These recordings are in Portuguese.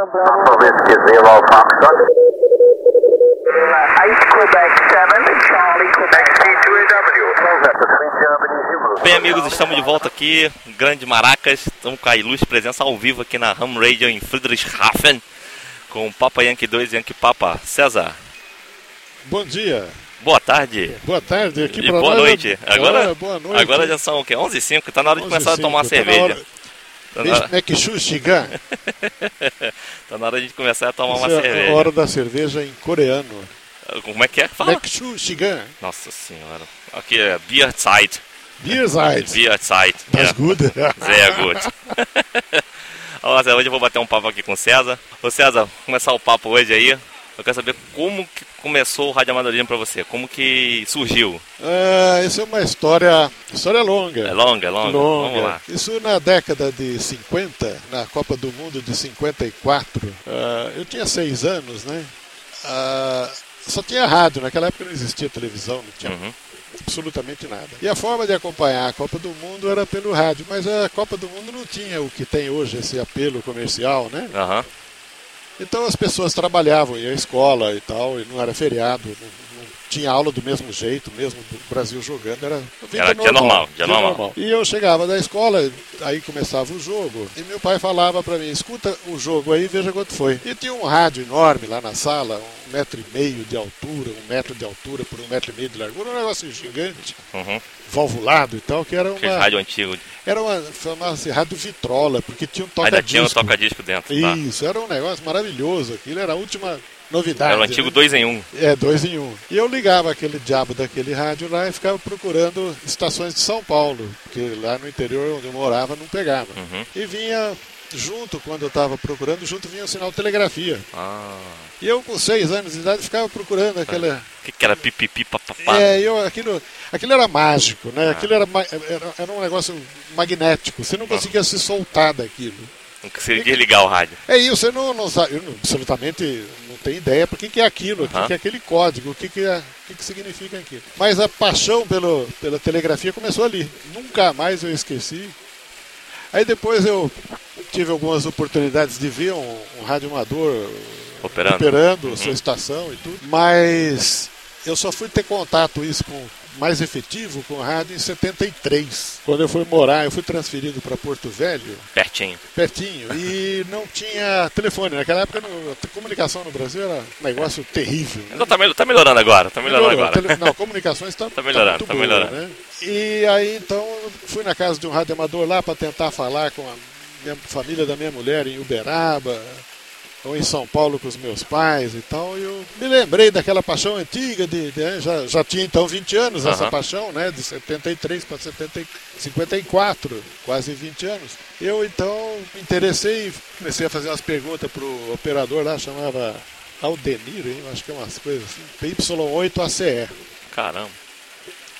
Alphabet Zero Foxtrot. Eight Quebec 7, Charlie Quebec C2AW. Between Germany Hebrew. Bem, amigos, estamos de volta aqui, Grande Maracas. Estamos com a ilustre presença ao vivo aqui na Ham Radio em Friedrichshafen, com o Papa Yankee 2 e Yankee Papa. César, Bom dia, boa tarde. boa tarde, aqui E pra boa nós é- noite. Agora, É, boa noite. agora já são o quê? 11 h 05 Tá na hora de 11 começar a e tomar cinco, tá na cerveja. Tá hora- na, Nesse Nexu Shigan, tá na hora de começar a tomar uma essa é a cerveja. hora da cerveja em coreano. Como é que é? Fala. Nexu Shigan, Nossa senhora. Aqui é Beer Zeit. Bierzeit, Beer Zeit. das Gude. Zé Gut. Olá, César, hoje eu vou bater um papo aqui com o César. Ô César, começar o papo hoje aí. Eu quero saber como que começou o Rádio Amadorismo pra você. Como que surgiu? Ah, essa é uma história, história longa. É longa, é longa? Vamos lá. Isso na década de 50, na Copa do Mundo de 54. ah, eu tinha seis anos, né? Ah, só tinha rádio, naquela época não existia televisão, não tinha Uhum. absolutamente nada. E a forma de acompanhar a Copa do Mundo era pelo rádio, mas a Copa do Mundo não tinha o que tem hoje, esse apelo comercial, né? Aham. Então as pessoas trabalhavam, ia à escola e tal, e não era feriado, não, não tinha aula do mesmo jeito, mesmo o Brasil jogando, era vida Era dia normal, dia normal. E eu chegava da escola, aí começava o jogo, e meu pai falava pra mim, escuta o jogo aí, veja quanto foi. E tinha um rádio enorme lá na sala, um metro e meio de altura, um metro de altura por um metro e meio de largura, um negócio gigante, Uhum. valvulado e tal, que era Que uma, rádio antigo. era uma, chamava-se rádio vitrola, porque tinha um Ainda tinha um toca-disco. toca-disco dentro, tá? Isso, era um negócio maravilhoso. Aquilo era a última novidade. Era o antigo né? 2 em 1. Um. É, dois em um. E eu ligava aquele diabo daquele rádio lá e ficava procurando estações de São Paulo, porque lá no interior onde eu morava não pegava. Uhum. E vinha junto, quando eu estava procurando, junto vinha o sinal de telegrafia. Ah. E eu com seis anos de idade ficava procurando É. aquela... O que, que era pipipi papapá? É, eu, aquilo, aquilo era mágico, né? Aquilo era, ma- era, era um negócio magnético. Você não conseguia se soltar daquilo. Não conseguia ligar o rádio. É isso, você não, não sabe, eu não- absolutamente não tenho ideia por que, que é aquilo, o que Aham. que, é aquele código, o que, que, é, o que, que significa aquilo. Mas a paixão pelo, pela telegrafia começou ali. Nunca mais eu esqueci. Aí depois eu tive algumas oportunidades de ver um, um rádio amador Operando. operando Uhum. sua estação e tudo, mas eu só fui ter contato isso com mais efetivo com rádio em 73. Quando eu fui morar, eu fui transferido para Porto Velho Pertinho. pertinho e não tinha telefone. Naquela época no- a comunicação no Brasil era um negócio terrível. né? Não, tá, mel- tá melhorando agora. Tá melhorando Melhorou, agora. tele- Não, comunicações está Tá melhorando, tá melhorando. Né? E aí então eu fui na casa de um rádio amador lá para tentar falar com a minha família da minha mulher em Uberaba ou em São Paulo com os meus pais e tal. E eu me lembrei daquela paixão antiga de, de- já, já tinha então 20 anos essa Aham. paixão, né, de 73 para 70 54, quase 20 anos. Eu então me interessei e comecei a fazer umas perguntas pro operador lá, chamava Aldenir, hein? acho que é umas coisas assim, PY8ACE. Caramba.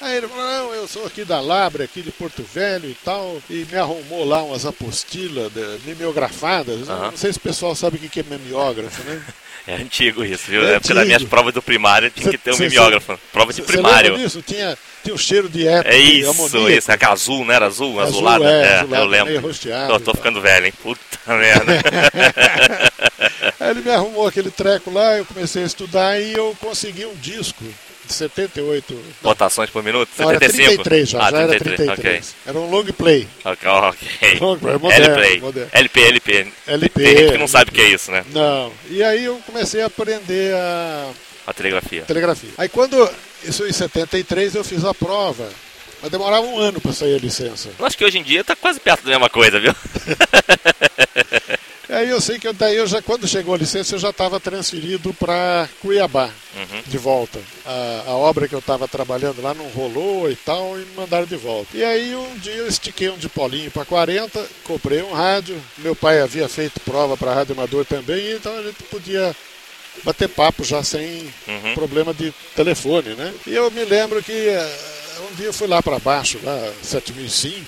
Aí ele falou, não, eu sou aqui da Labra, aqui de Porto Velho e tal, e me arrumou lá umas apostilas de- mimeografadas. Eu Aham. Não sei se o pessoal sabe o que que é mimeógrafo, né? É antigo isso, viu? É É porque nas minhas antigo. provas do primário tinha que Cê- ter um cê- mimeógrafo. Prova de Cê- cê primário. lembra disso? Tinha, tinha o cheiro de éter, É de isso, amoníaco. isso. É aquela azul, não era azul? Azul, azulada? é, É, azulada, eu lembro. meio né? rosteado Tô- e tô tal. ficando velho, hein? Puta merda. Aí ele me arrumou aquele treco lá, eu comecei a estudar e eu consegui um disco de 78. Votações por minuto? Não, era 75? 33 já, ah, já era 33. 33. Era um long play. Ok, ok. Bom, é moderno, LP. moderno. LP, LP. LP. Tem gente que não sabe o que é isso, né? Não. E aí eu comecei a aprender a A telegrafia. telegrafia. Aí quando, isso em 73, eu fiz a prova, mas demorava um ano para sair a licença. Eu acho que hoje em dia tá quase perto da mesma coisa, viu? Aí É, eu sei que eu, daí eu já, quando chegou a licença, eu já estava transferido para Cuiabá, de volta. A, a obra que eu estava trabalhando lá não rolou e tal, e me mandaram de volta. E aí um dia eu estiquei um de Paulinho para 40, comprei um rádio. Meu pai havia feito prova para rádio amador também, então a gente podia bater papo já sem Uhum. problema de telefone, né? E eu me lembro que eh, um dia eu fui lá para baixo, lá 7005,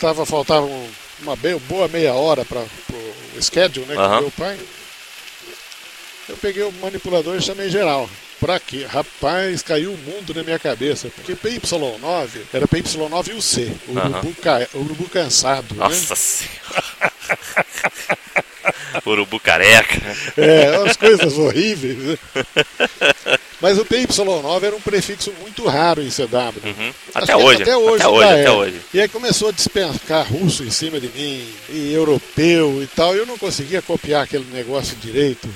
tava faltava um- uma be- boa meia hora para o schedule, né, Aham. com meu pai. Eu peguei o manipulador e chamei geral. Pra quê? Rapaz, caiu o mundo na minha cabeça. Porque PY9 era PY9 e o C. O urubu, ca- o urubu cansado. né? Nossa senhora. Urubu careca. É, umas coisas horríveis. né? Mas o PY9 era um prefixo muito raro em CW. Uhum. Acho Até, que hoje. Até hoje. Até ainda hoje, é. até hoje. E aí começou a despencar russo em cima de mim, e europeu e tal. Eu não conseguia copiar aquele negócio direito.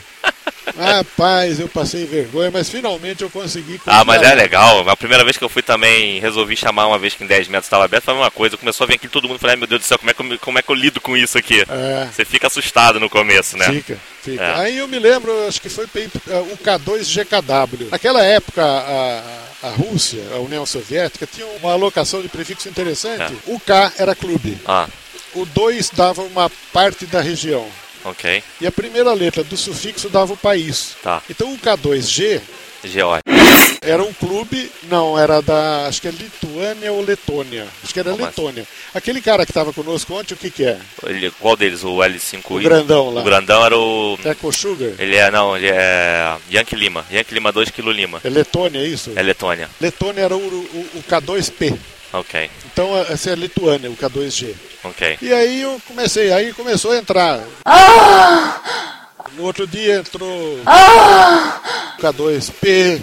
Rapaz, eu passei vergonha, mas finalmente eu consegui copiar. Ah, mas é legal. A primeira vez que eu fui também, resolvi chamar uma vez que em 10 metros estava aberto, foi a mesma coisa. Começou a vir aqui todo mundo e falei, "Ai, meu Deus do céu, como é, que eu, me- como é que eu lido com isso aqui? É. Você fica assustado no começo, né? Fica, fica. É. Aí eu me lembro, acho que foi PY, eh, o K2GKW. Naquela época, a, a Rússia, a União Soviética, tinha uma alocação de prefixo interessante. É. O K era clube, Ah, o 2 dava uma parte da região. ok. E a primeira letra do sufixo dava o país. Tá. Então o K2G GO. era um clube, não, era da, acho que é Lituânia ou Letônia. Acho que era Como Letônia. Aquele cara que estava conosco ontem, o que que é? Ele- Qual deles? O L5I? O grandão lá. O grandão era o. Teco Sugar? Ele é, não, ele é. Yankee Lima. Yankee Lima 2, Kilo Lima. É Letônia, é isso? É Letônia. Letônia era o, o- o K2P. Ok, Então essa é a Lituânia, o K2G. ok. E aí eu comecei, aí começou a entrar. No outro dia entrou o K2P,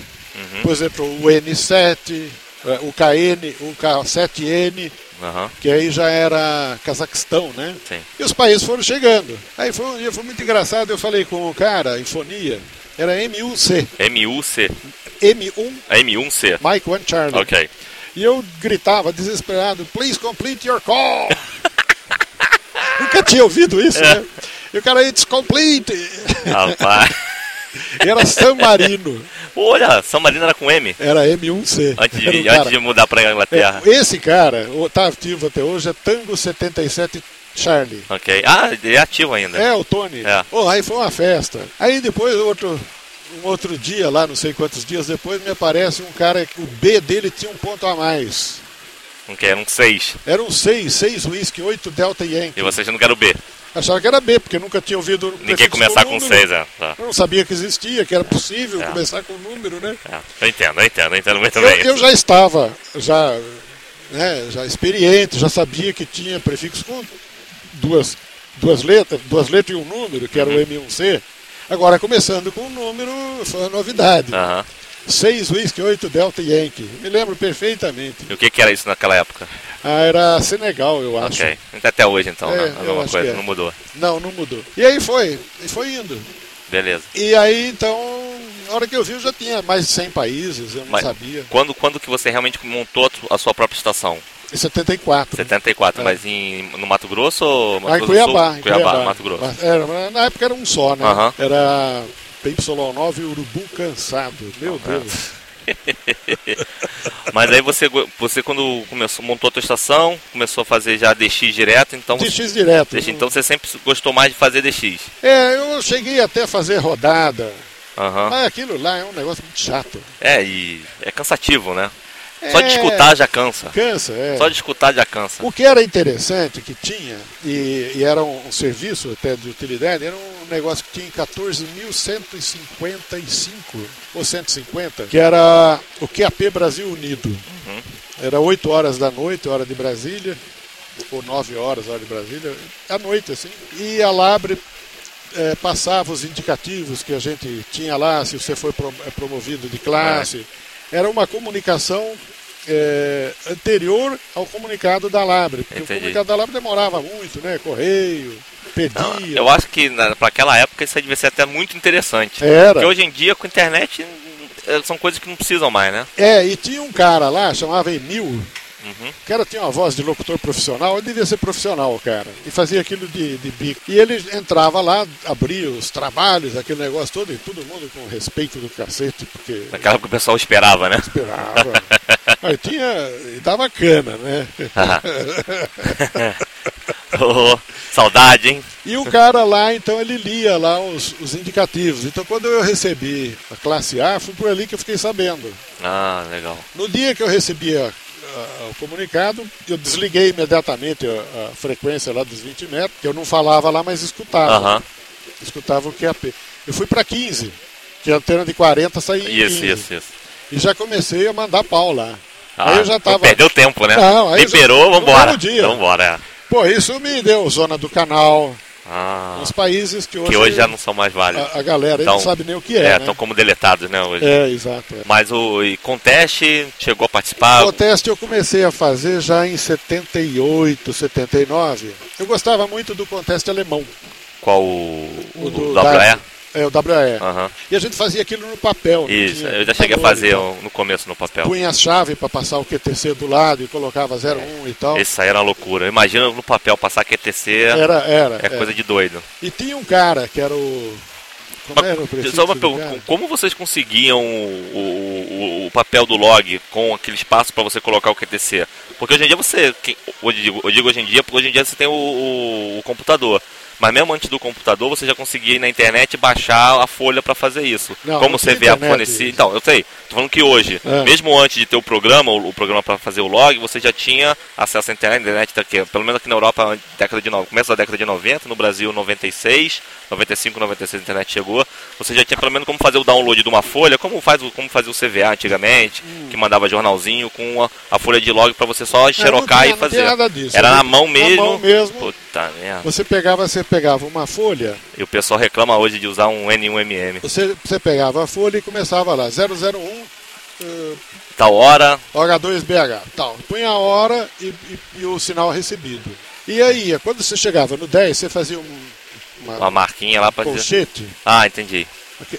depois entrou o N7, eh, o KN, o K7N, Aham. que aí já era Cazaquistão, né? Sim. E os países foram chegando. Aí foi um dia, foi muito engraçado, eu falei com o cara em fonia, era M1C, MUC. M1 É M1C. Mike One Charlie. Ok. E eu gritava desesperado: Please complete your call! Nunca tinha ouvido isso, né? E o cara, it's complete! Rapaz. E era San Marino, Olha, São Marino era com M. era M1C. Antes Era de, o cara. antes de mudar pra Inglaterra. É, Esse cara, o- tá ativo até hoje, é Tango 77 Charlie. Ok. Ah, ele é ativo ainda. É, o Tony. É. Oh, aí foi uma festa. Aí depois, outro, um outro dia lá, não sei quantos dias depois, me aparece um cara que o B dele tinha um ponto a mais. Ok, era um 6. Eram seis, seis whisky, oito Delta Yankee. E vocês não querem o B. Achava que era B, porque nunca tinha ouvido. o Ninguém prefixo começar com número. 6, é. Tá. Eu não sabia que existia, que era possível É. começar com número, né? É. Eu entendo, eu entendo, eu entendo muito Eu, bem. eu já estava, já, né, já experiente, já sabia que tinha prefixo com duas, duas letras, duas letras e um número, que era Uhum. o M1C. Agora, começando com um número, foi uma novidade. Aham. seis Whisky, oito Delta Yankee. Me lembro perfeitamente. E o que, que era isso naquela época? Ah, era Senegal, eu acho. Ok. Então, Até hoje então, É, né? eu Alguma acho coisa, que é. não mudou. Não, não mudou. E aí foi, e foi indo. Beleza. E aí, então, na hora que eu vi, eu já tinha mais de 100 países, eu não Mas- sabia. Quando, quando que você realmente montou a tu- a sua própria estação? Em 74. 74, É. mas em, no Mato Grosso ou Mato Ah, em Grosso do Sul? Cuiabá, em Cuiabá, Mato Grosso. Mas era- mas na época era um só, né? Aham. Era PY9 e Urubu Cansado. Meu Deus. Mas aí você, você quando começou, montou a tua estação, começou a fazer já DX direto, então você, DX direto. DX, então você sempre gostou mais de fazer DX. É, eu cheguei até a fazer rodada, Aham. mas aquilo lá é um negócio muito chato. É, e é cansativo, né? Só de É. escutar já cansa. Cansa, é. Só de escutar já cansa. O que era interessante que tinha, e, e era um, um serviço até de utilidade, era um negócio que tinha em 14.155 ou 150, que era o QAP Brasil Unido. Era 8 horas da noite, hora de Brasília, ou 9 horas, hora de Brasília, à noite assim. E a Labre eh, passava os indicativos que a gente tinha lá, se você foi pro- eh, promovido de classe. É. Era uma comunicação eh, anterior ao comunicado da Labre. Porque Entendi. o comunicado da Labre demorava muito, né? Correio, pedia. Não, Então, eu acho que na, pra aquela época isso aí devia ser até muito interessante. Era. Porque hoje em dia com a internet eh, são coisas que não precisam mais, né? É, e tinha um cara lá, chamava Emil. O cara tinha uma voz de locutor profissional, ele devia ser profissional, cara. E fazia aquilo de, de bico. E ele entrava lá, abria os trabalhos, aquele negócio todo, e todo mundo com respeito do cacete, porque Naquela época o pessoal esperava, né? esperava. Aí tinha. E dava cana, né? Ô, Oh, saudade, hein? E o cara lá, então, ele lia lá os, os indicativos. Então, quando eu recebi a classe A, foi por ali que eu fiquei sabendo. Ah, legal. No dia que eu recebi a- a- o comunicado, eu desliguei imediatamente a, a frequência lá dos 20 metros, que eu não falava lá, mas escutava. Aham. Escutava o QAP. Eu fui para 15, que a antena de 40 saía em Isso, 15. isso, isso. E já comecei a mandar pau lá. Ah, aí eu já tava. Perdeu tempo, né? Não, aí eu já- Liberou, no vambora. mesmo dia. Vambora, é. Pô, isso me deu zona do canal, Ah, Nos países que hoje, que hoje já não são mais válidos. a, a galera aí Então, não sabe nem o que Ah, é. né? estão como deletados, né, hoje. É, exato. é. Mas o e Conteste chegou a participar. O teste eu comecei a fazer já em 78, 79. Eu gostava muito do conteste alemão. Qual o, o, do WE? É, o WE. Aham. E a gente fazia aquilo no papel. não Isso, tinha eu já cheguei a computador, fazer então. um- no começo no papel. Punha a chave para passar o QTC do lado e colocava 01 e tal. Isso aí era uma loucura. Imagina no papel passar QTC. Era, era. É era. coisa de doido. E tinha um cara que era o. Como Mas, era o prefixo Só uma do pergunta, cara? como vocês conseguiam o, o- o- o papel do log com aquele espaço para você colocar o QTC? Porque hoje em dia você, quem- hoje eu digo, eu digo hoje em dia, porque hoje em dia você tem o, o- o computador. Mas mesmo antes do computador, você já conseguia ir na internet baixar a folha para fazer isso. Não, como não o tinha CVA internet. fornecia. Então, eu sei. Tô falando que hoje, É. mesmo antes de ter o programa, o, o programa para fazer o log, você já tinha acesso à internet, internet daqui, pelo menos aqui na Europa, década de no- começo da década de 90, no Brasil 96, 95, 96 a internet chegou. Você já tinha pelo menos como fazer o download de uma folha, como faz o como fazia o CVA antigamente, que mandava jornalzinho com a, a folha de log para você só xerocar e tinha- Hum. É, não fazer. tinha nada disso. Era Era na mão na mesmo. mão mesmo. Puta merda. Você pegava, você pegava uma folha, E o pessoal reclama hoje de usar um N1MM. você, você pegava a folha e começava lá, 001 eh, Tal hora, H2BH, tal. Põe a hora e, e- e o sinal recebido. E aí, quando você chegava no 10, você fazia um, uma, uma marquinha lá para dizer. colchete. Ah, entendi.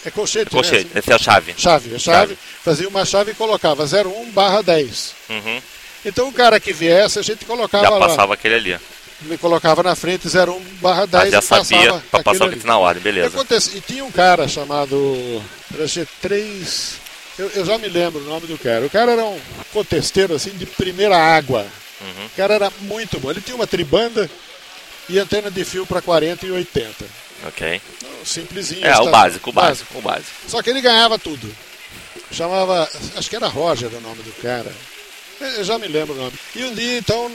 É colchete, Colchete, né? essa é a chave. Chave, é chave. Fazia uma chave e colocava 01 barra 10. Uhum. Então o cara que viesse, a gente colocava Já lá. passava aquele ali. Me colocava na frente 01 barra 10 Ah, já e passava sabia pra aquele passar o ali. que na ordem, E, beleza. acontece, e tinha um cara chamado. Era G3. Eu, eu já me lembro o nome do cara. O cara era um contesteiro assim de primeira água. Uhum. O cara era muito bom. Ele tinha uma tribanda e antena de fio para 40 e 80. Ok. Então, Simplesinho. É, esta- o básico, o básico, o básico. Só que ele ganhava tudo. Chamava. Acho que era Roger o nome do cara. É, Eu já me lembro o nome. E um dia, então,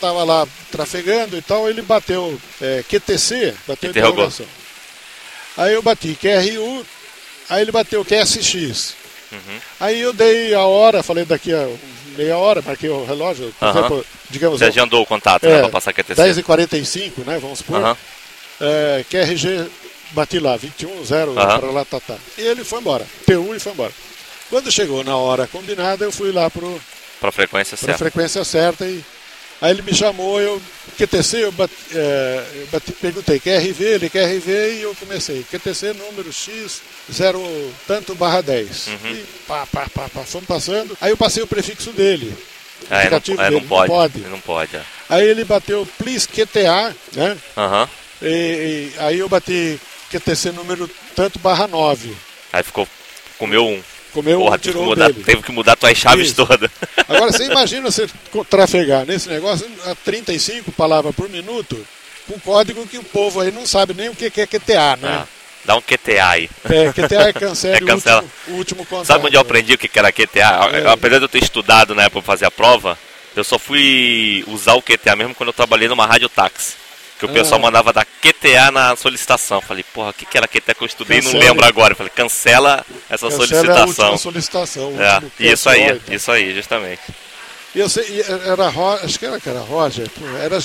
tava lá trafegando e tal, ele bateu é, QTC, bateu Interrogou. interrogação. Aí eu bati QRU, aí ele bateu QSX. Uhum. Aí eu dei a hora, falei daqui a meia hora, marquei o relógio, por Aham. exemplo, digamos, Você agendou o contato, É. né, pra passar QTC. 10h45, né, vamos supor Aham. é, QRG, bati lá, 21, 0, Aham. para lá, tá, tá. E ele foi embora, PU e foi embora. Quando chegou na hora combinada, eu fui lá para Pra frequência a certa. frequência certa e aí ele me chamou, eu, QTC, eu, bati, é, eu bati, perguntei, QRV, ele QRV e eu comecei, QTC número X, 0 tanto barra 10. E pá, pá, pá, pá, fomos passando. Aí eu passei o prefixo dele. o Ah, é, indicativo não, é, dele, não pode. é, Não pode. é. Aí ele bateu, please QTA, né? Aham. E, e aí eu bati QTC número tanto barra 9. Aí ficou. Comeu um. Comeu Porra, Porra, teve que, tirou mudar, dele. teve que mudar tuas chaves Isso. todas. Agora você imagina você co- trafegar nesse negócio a 35 palavras por minuto com um código que o povo aí não sabe nem o que que é QTA, né? Ah, Dá um QTA aí. É, QTA é cancela, É cancela. O, último, o último contato. né? Sabe onde eu aprendi o que que era QTA? É. Apesar de eu ter estudado na época pra fazer a prova, eu só fui usar o QTA mesmo quando eu trabalhei numa rádio táxi. Que o pessoal Ah. mandava dar QTA na solicitação. Eu Falei, porra, o que que era QTA que eu estudei e não Cancela. lembro agora. Eu Falei, cancela essa Cancela é a última solicitação. solicitação. o É, último isso aí, cancelóide. isso aí, justamente. E eu sei, e é, era, Ro- acho que era, que era Roger, pô, era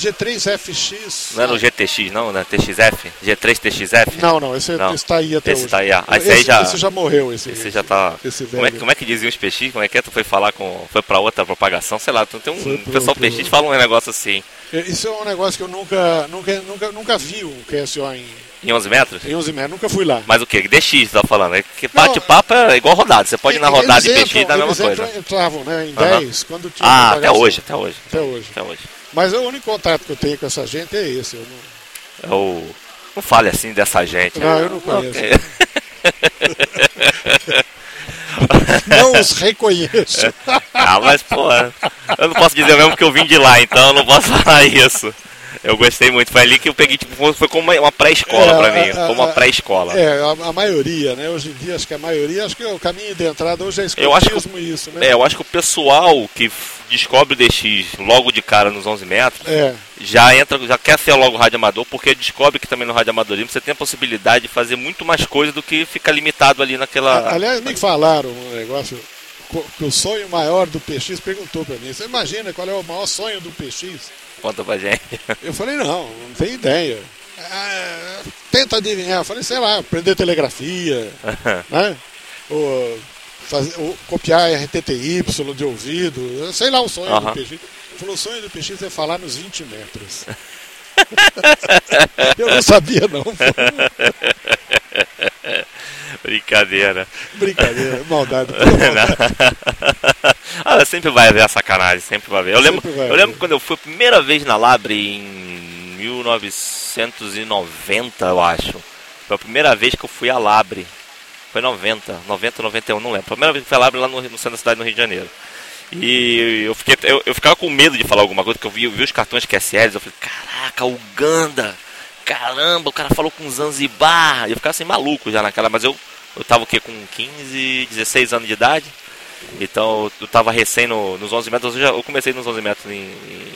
G3FX. Não é era o GTX, não, né? TXF? G3 TXF? Não, não, esse é, Não. está aí até Esse hoje. tá aí, ah. Ah, esse aí Esse- já- esse já morreu, esse. Esse já tá. Esse como, é, velho. como é que diziam os peixes? Como é que é? Tu foi falar com. Foi pra outra propagação? Sei lá, tu tem um. Foi O pro- pessoal pro- peixes fala um negócio assim. É, Isso é um negócio que eu nunca, nunca, nunca, nunca vi um o QSO em, Em 11 metros? em 11 metros, nunca fui lá. Mas o que? DX, tá falando. É que bate-papo é igual rodada. Você pode ir na E- eles rodada de entram- peixes e dá a mesma eles coisa. entram- entravam né, em Aham. 10, quando tinha Ah, até propagação. hoje, até hoje. Até hoje. Até hoje. Mas o único contato que eu tenho com essa gente é esse. Eu não, É o. Não fale assim dessa gente. Não, eu não é conheço. Ok. não os reconheço. Ah, mas pô, eu não posso dizer mesmo que eu vim de lá, então eu não posso falar isso. Eu gostei muito, foi ali que eu peguei, tipo, foi como uma pré-escola É, pra mim, a- a- como uma a- pré-escola. É, a, a maioria, né? Hoje em dia, acho que a maioria, acho que o caminho de entrada hoje é Eu acho que- escotismo e isso, né? É, eu acho que o pessoal que f- descobre o DX logo de cara nos 11 metros, É, já entra, já quer ser logo rádio amador, porque descobre que também no rádio amadorismo você tem a possibilidade de fazer muito mais coisa do que ficar limitado ali naquela. A- Aliás, me falaram um negócio co- que o sonho maior do PX perguntou pra mim. Você imagina qual é o maior sonho do PX? Conta pra gente. Eu falei, não, não tenho ideia. ah, tenta adivinhar. Eu falei, sei lá, aprender telegrafia, né? Ou, fazer, ou copiar RTTY de ouvido, sei lá o sonho Aham. do PX. Ele falou, o sonho do PX é falar nos 20 metros. Eu não sabia não, Brincadeira. brincadeira, maldade. ah, sempre vai haver a sacanagem, sempre vai haver. Eu lembro, Sempre vai eu lembro haver. quando eu fui a primeira vez na Labre em 1990, eu acho. Foi a primeira vez que eu fui à Labre. Foi 90, 90, 91, não lembro. Foi a primeira vez que eu fui à Labre lá no, no centro da cidade, no Rio de Janeiro. E eu, fiquei, eu, eu ficava com medo de falar alguma coisa, porque eu vi, eu vi os cartões QSLs, eu falei, caraca, Uganda! Caramba, o cara falou com Zanzibar! E eu ficava assim, maluco já naquela, mas eu, eu tava o quê? Com 15, 16 anos de idade. Então eu tava recém no- nos 11 metros, eu, já, eu comecei nos 11 metros em,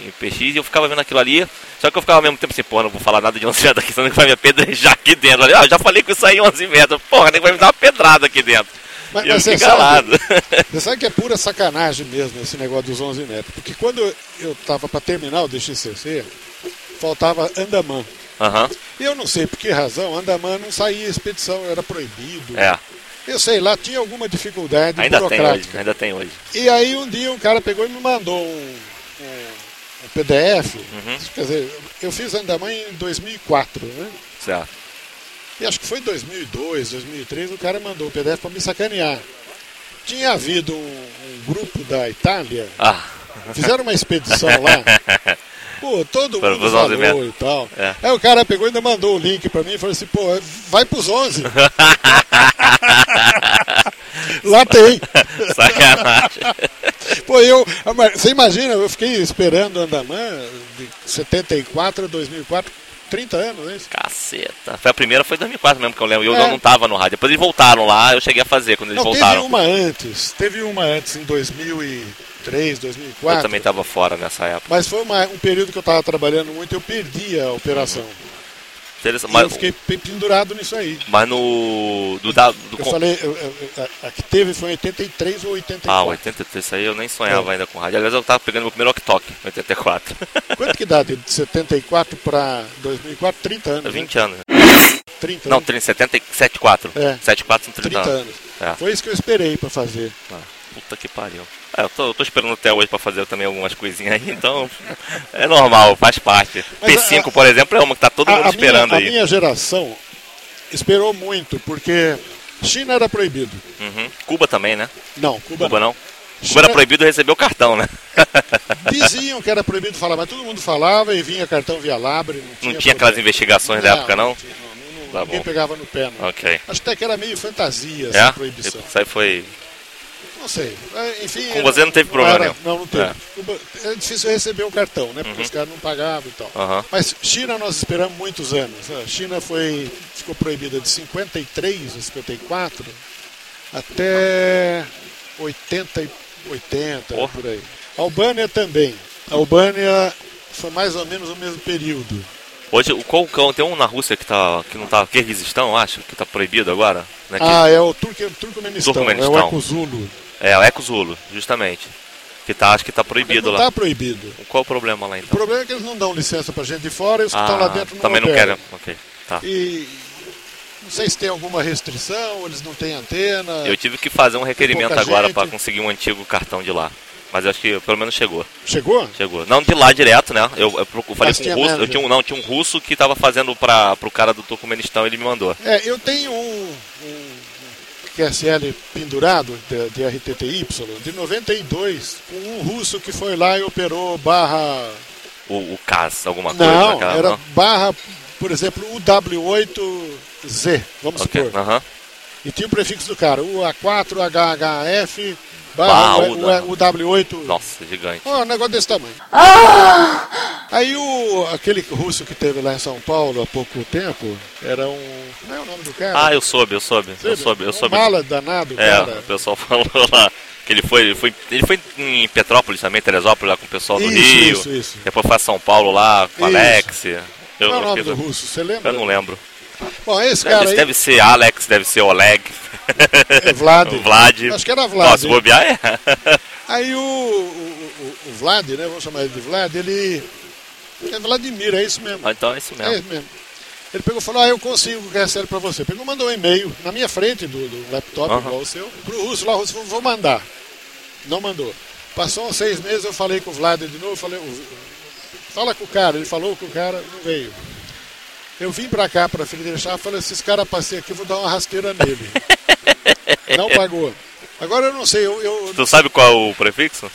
em PX e eu ficava vendo aquilo ali. Só que eu ficava ao mesmo tempo assim, porra, não vou falar nada de 11 metros aqui, senão que vai me apedrejar aqui dentro. Eu, ah, já falei que isso aí em 11 metros, porra, nem vai me dar uma pedrada aqui dentro. Mas- e eu mas fiquei você sabe- calado. né? Você sabe que é pura sacanagem mesmo esse negócio dos 11 metros. Porque quando eu- eu tava para terminar o DXCC, faltava Andaman. Aham, E eu não sei por que razão, Andaman não saía expedição, era proibido. é. Eu sei lá, tinha alguma dificuldade Ainda tem burocrática. hoje, né? ainda tem hoje. E aí um dia um cara pegou e me mandou um, um- um PDF. Uhum. Quer dizer, eu fiz Andaman em 2004, né? Certo. E acho que foi em 2002, 2003, o cara mandou o PDF para me sacanear. Tinha havido um, um grupo da Itália, Ah, fizeram uma expedição lá. Pô, todo Para mundo os 11 falou e tal. É. Aí o cara pegou e ainda mandou o link para mim e falou assim, pô, vai pros 11. lá tem. sacanagem. Pô, eu. Você imagina, eu fiquei esperando o Andaman de 74 a 2004, 30 anos, né? Caceta. Foi a primeira, foi em 2004 mesmo que eu lembro. Eu É. não- não tava no rádio. Depois eles voltaram lá, eu cheguei a fazer quando eles Não, teve voltaram. uma antes. Teve uma antes em 2003, Eu 2004. também tava fora nessa época. Mas foi uma- um período que eu estava trabalhando muito, eu perdi a operação. Interessante. E Mas, eu fiquei pe- pendurado nisso aí. mas no. Do, da, do Eu con- falei, eu- eu- a, a que teve foi em 83 ou 84. Ah, 83, isso aí eu nem sonhava ainda com rádio. Aliás, eu tava pegando meu primeiro Octoque, 84. Quanto que dá de 74 para 2004? 30 anos. né? 20 anos. 30 Não, anos. 30, 70, 74. É. 74 são 30 30 anos. anos. É. Foi isso que eu esperei para fazer. Ah, puta que pariu. É, eu tô, eu tô esperando até hoje pra fazer também algumas coisinhas aí, então é normal, faz parte. Mas P5, a- a- por exemplo, é uma que tá todo A- mundo a esperando minha, aí. A minha geração esperou muito, porque China era proibido. Uhum. Cuba também, né? Não, Cuba, Cuba não. não. Cuba China- era proibido receber o cartão, né? Diziam que era proibido falar, mas todo mundo falava e vinha cartão via labre. Não tinha, Não tinha aquelas problema. investigações da época, não? tinha, não, não, Tá ninguém bom. pegava no pé, não. Ok. Acho até que era meio fantasia essa É? proibição. Isso aí foi. Não sei. É, Enfim, Com você não teve problema era- nenhum. Não, não teve. É. Uhum. Cuba- é difícil receber o cartão, né? Porque os caras não pagavam e tal. Aham. Mas China nós esperamos muitos anos. A China foi, ficou proibida de 53 a 54 até 80, e 80 Porra. por aí. Albânia também. A Albânia foi mais ou menos o mesmo período. Hoje, o qual qual- tem um na Rússia que tá. que não tá. Kirguizistão, eu acho, que tá proibido agora. Né? Que- Ah, é o Turque, Turcomenistão, Turcomenistão. é o Acuzulo. É, o Ecozulo, justamente. Que tá, acho que tá proibido lá. Não está proibido. Qual o problema lá O então? problema é que eles não dão licença pra gente de fora e os que estão lá dentro não Ah, também não operam. querem. Ok. Tá. E não sei se tem alguma restrição, ou eles não têm antena. Eu tive que fazer um requerimento É. pouca agora gente. pra conseguir um antigo cartão de lá. Mas eu acho que pelo menos chegou. Chegou? Chegou. Não de lá direto, né? Eu, eu procu- falei Mas com um tinha russo. Eu manager. tinha um, não, tinha um russo que tava fazendo pra, pro cara do Turcomenistão ele me mandou. É, eu tenho um, um QSL pendurado de, de RTTY de 92, com um russo que foi lá e operou barra. O, o CAS, alguma coisa. Não, naquela- era não? barra, por exemplo, UW8Z, vamos Ok, supor. aham. E tinha o prefixo do cara, UA4HHF Barra barra UW. UW8. Nossa, gigante. Ó, um negócio desse tamanho. Aí o, aquele russo que teve lá em São Paulo há pouco tempo era um. Não é o nome do cara? Ah, eu soube, eu soube, eu soube, eu Um soube. mala danado, É, o cara. pessoal falou lá que ele foi, ele foi, ele foi em Petrópolis também, Teresópolis, lá com o pessoal do Isso, Rio. isso, isso. Depois foi a São Paulo lá com o Isso. Alex. Eu, Qual é o não nome fiz- do russo? Você lembra? eu não lembro. Bom, esse Deve, cara aí. deve ser Alex, deve ser Oleg. É Vlad. O Vlad. Acho que era Vlad, Nossa, se hein? bobear é. Aí o, o, o- o Vlad, né? Vamos chamar ele de Vlad, ele. É Vladimir, é isso mesmo. Ah, então é isso É mesmo. isso mesmo. Ele pegou e falou: Ah, eu consigo o QSL para você. Pegou e mandou um e-mail na minha frente do, do laptop, Aham. igual o seu, pro russo lá. O russo falou: Vou mandar. Não mandou. Passou uns seis meses, eu falei com o Vlad de novo. Falei: "O- Fala com o cara. Ele falou com o cara, não veio. Eu vim pra cá, pra Friedrichshafen, falei, esses caras passei aqui, eu vou dar uma rasteira nele. não pagou. Agora eu não sei, eu, eu- Tu sabe qual é o prefixo?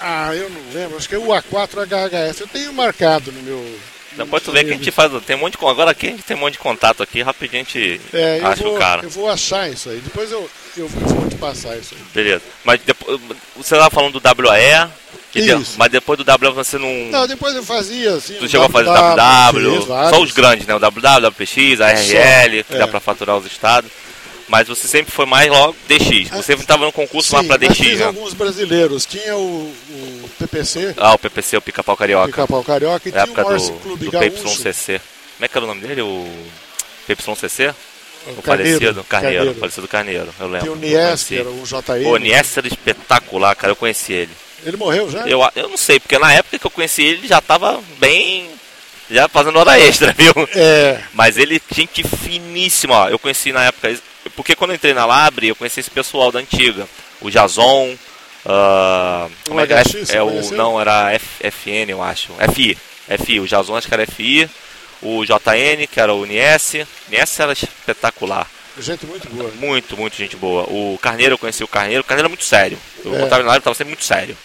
Ah, eu não lembro, acho que é o A4HHF. Eu tenho marcado no meu... Então pode tu ver que a gente faz. Tem um monte de, con- agora aqui a gente tem um monte de contato aqui, rapidinho a gente É, eu acha vou, o cara. Eu vou achar isso aí, depois eu, eu vou te passar isso aí. Beleza. Mas depois. Você estava falando do WAE, que deu- Isso. mas depois do WAE você não. Não, depois eu fazia assim... Tu chegou a fazer fiz WW, tá, vários. só os grandes, né? O WW, WPX, a RL, que é. dá pra faturar os estados. Mas você sempre foi mais logo DX. Você sempre tava no concurso lá Sim, pra mas DX, fiz né? alguns brasileiros. Tinha o, o PPC, Ah, o PPC, o Pica-Pau Carioca. Pica-Pau é Carioca, e Na tinha o época Morse do, Clube do Gaúcho. PYCC. Como é que era o nome dele? O PYCC? O Carneiro, falecido? Carneiro. É, Carneiro. O falecido Carneiro, eu lembro. Tem o Eu Nies, conheci. que era um JM. Pô, o Nies era espetacular, cara. Eu conheci ele. Ele morreu já? Eu, a- eu não sei, porque na época que eu conheci ele, ele já tava bem... Já fazendo hora extra, viu? É, Mas ele, gente finíssima, ó. Eu conheci na época. Porque quando eu entrei na Labre, eu conheci esse pessoal da antiga. O Jason. ah, Um como é que é? HX, É o. conheceu? Não, era F- FN, eu acho. FI. FI. O Jason, acho que era FI. O JN, que era o NS. NS era espetacular. gente muito boa. Muito, muito gente boa. O Carneiro, eu conheci o Carneiro. O Carneiro é muito sério. Eu É. é. contava na Labre, tava sempre muito sério.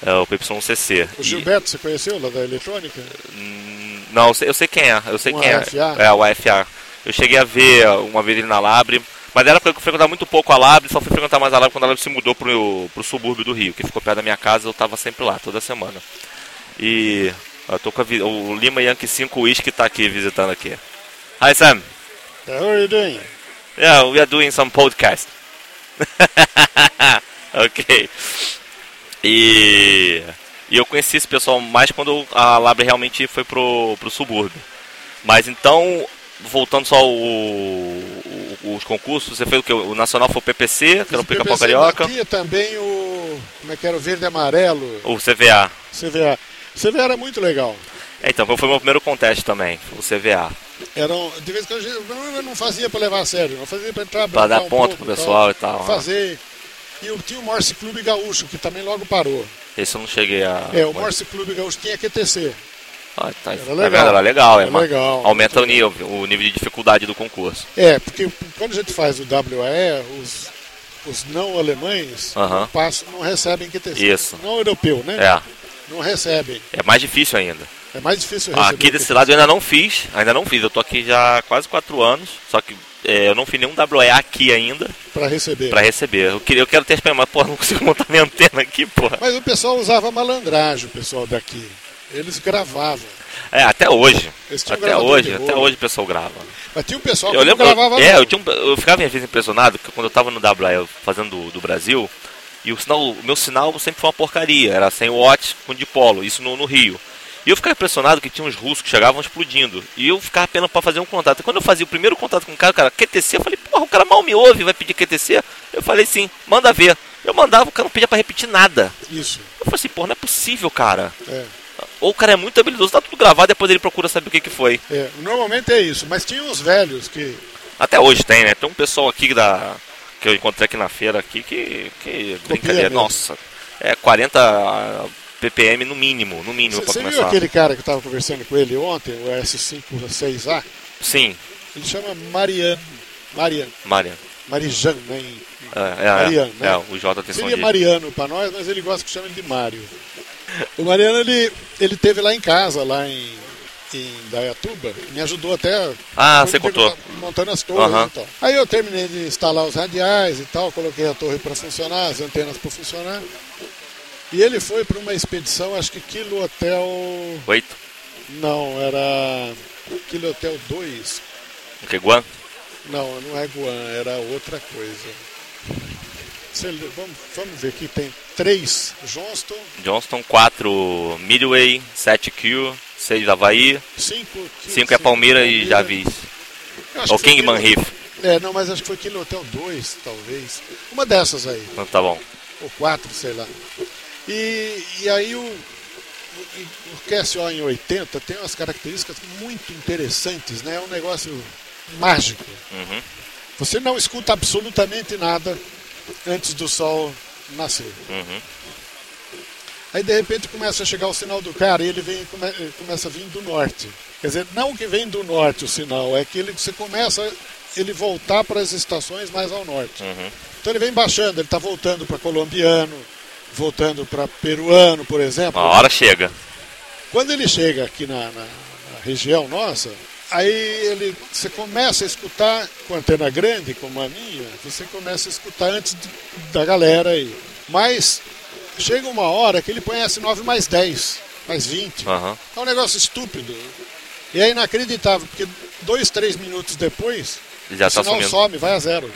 É, o PYCC. O E- Gilberto, você conheceu lá da eletrônica? Hum, Não, eu sei, eu sei quem é. Eu sei Um quem AFA? é. É, o AFA. Eu cheguei a ver uma vez ele na Labre, mas era porque eu frequentava muito pouco a Labre, só fui frequentar mais a Labre quando a Labre se mudou pro, pro subúrbio do Rio, que ficou perto da minha casa, eu tava sempre lá, toda semana. E eu tô com a vi- o Lima Yankee 5 Whisky tá aqui visitando aqui. Hi Sam, É, how are you doing? yeah, we are doing some podcast. ok. E, e eu conheci esse pessoal mais quando a Labre realmente foi pro, pro subúrbio. Mas então, voltando só ao, o- os concursos, você fez o que? O Nacional foi o PPC, que era um o Fiz Pica-Pau PPC, Carioca, mas Tinha também o. Como é que era? O verde e amarelo, o CVA. CVA. CVA era muito legal. É, então, foi o meu primeiro contest também, o CVA. Era um- de vez em quando a gente- eu não fazia para levar a sério, eu fazia para entrar Pra brincar um dar ponto pouco pro pessoal e tal. né? Fazer. E eu tinha o Morse Clube Gaúcho, que também logo parou. Esse eu não cheguei a. é, o Morse Clube Gaúcho tinha QTC. Ah, tá, tá legal. vendo? Era legal, é, Era mas legal. Aumenta o nível, o nível de dificuldade do concurso. É, porque quando a gente faz o WAE, os, os não alemães Aham. não, passam, não recebem QTC. Isso. Não europeu, né? É, Não recebem. é mais difícil ainda. É mais difícil receber. Aqui desse lado eu ainda não fiz, ainda não fiz. Eu tô aqui já há quase 4 anos, só que é, eu não fiz nenhum WE aqui ainda Para receber. pra receber. Eu, queria, eu quero ter experiência, mas porra, não consigo montar minha antena aqui, porra. Mas o pessoal usava malandragem, o pessoal daqui. Eles gravavam. É, até hoje. Eles tinham Até gravador hoje, de até rolo. hoje o pessoal grava. Mas tinha um pessoal Eu que não lembro, gravava né? eu, é, não. eu, tinha um- eu ficava às vezes impressionado que quando eu tava no WE fazendo do, do Brasil, e o, sinal, o meu sinal sempre foi uma porcaria, era 100 watts com dipolo, isso no, no Rio. E eu ficava impressionado que tinha uns russos que chegavam explodindo. E eu ficava apenas pra fazer um contato. E quando eu fazia o primeiro contato com o cara, o cara, QTC, eu falei, porra, o cara mal me ouve, vai pedir QTC? Eu falei sim, manda ver. Eu mandava, o cara não pedia pra repetir nada. Isso. Eu falei assim, porra, não é possível, cara. É, Ou o cara é muito habilidoso, tá tudo gravado, depois ele procura saber o que, que foi. é. Normalmente é isso. Mas tinha uns velhos que. Até hoje tem, né? Tem um pessoal aqui da que eu encontrei aqui na feira aqui que, que brincadeira. mesmo. Nossa, é 40 ppm no mínimo, no mínimo pra Você viu começar. aquele cara que eu estava conversando com ele ontem, o S56A? Sim, Ele chama Marian. Marian. Mariano. Marijan, né? em- É, é, Mariano, é, né? é, o J tem som Seria de... Mariano para nós, mas ele gosta que chama ele de Mário. O Mariano, ele, ele teve lá em casa, lá em, em Dayatuba, me ajudou até. Ah, quando você eu contou. tava Montando as torres Aham. e tal. Aí eu terminei de instalar os radiais e tal, coloquei a torre para funcionar, as antenas para funcionar. E ele foi para uma expedição, acho que Quilo Hotel. Oito? Não, era. Quilo Hotel 2. O que, Guan? Não, não é Guam, era outra coisa. Você lê- vamos, vamos ver aqui, tem três Johnston, Johnston, 4 Midway, 7 Q, 6 Havaí, cinco... Ki- 5 é Palmeira e Javis. Eu acho Ou que foi Kingman Kilo- Reef. É, não, mas acho que foi Kilo Hotel 2, talvez. Uma Ah, dessas aí, Então tá bom. ou quatro, sei lá. E, e aí o, o, o QSO em 80 tem umas características muito interessantes, né? É um negócio mágico. Uhum. Você não escuta absolutamente nada antes do sol nascer. Uhum. Aí de repente começa a chegar o sinal do cara e ele vem come- começa a vir do norte. Quer dizer, não que vem do norte o sinal, é que ele você começa ele voltar para as estações mais ao norte. Uhum. Então ele vem baixando, ele está voltando para colombiano, voltando para peruano, por exemplo. Uma hora chega. Quando ele chega aqui na, na- na região nossa, aí ele, você começa a escutar com antena grande, como a minha, você começa a escutar antes de- da galera aí. Mas chega uma hora que ele põe S9 mais 10, mais 20. Aham. É um negócio estúpido. E é inacreditável, porque dois, três minutos depois, Já o tá sinal sumindo. some, vai a zero.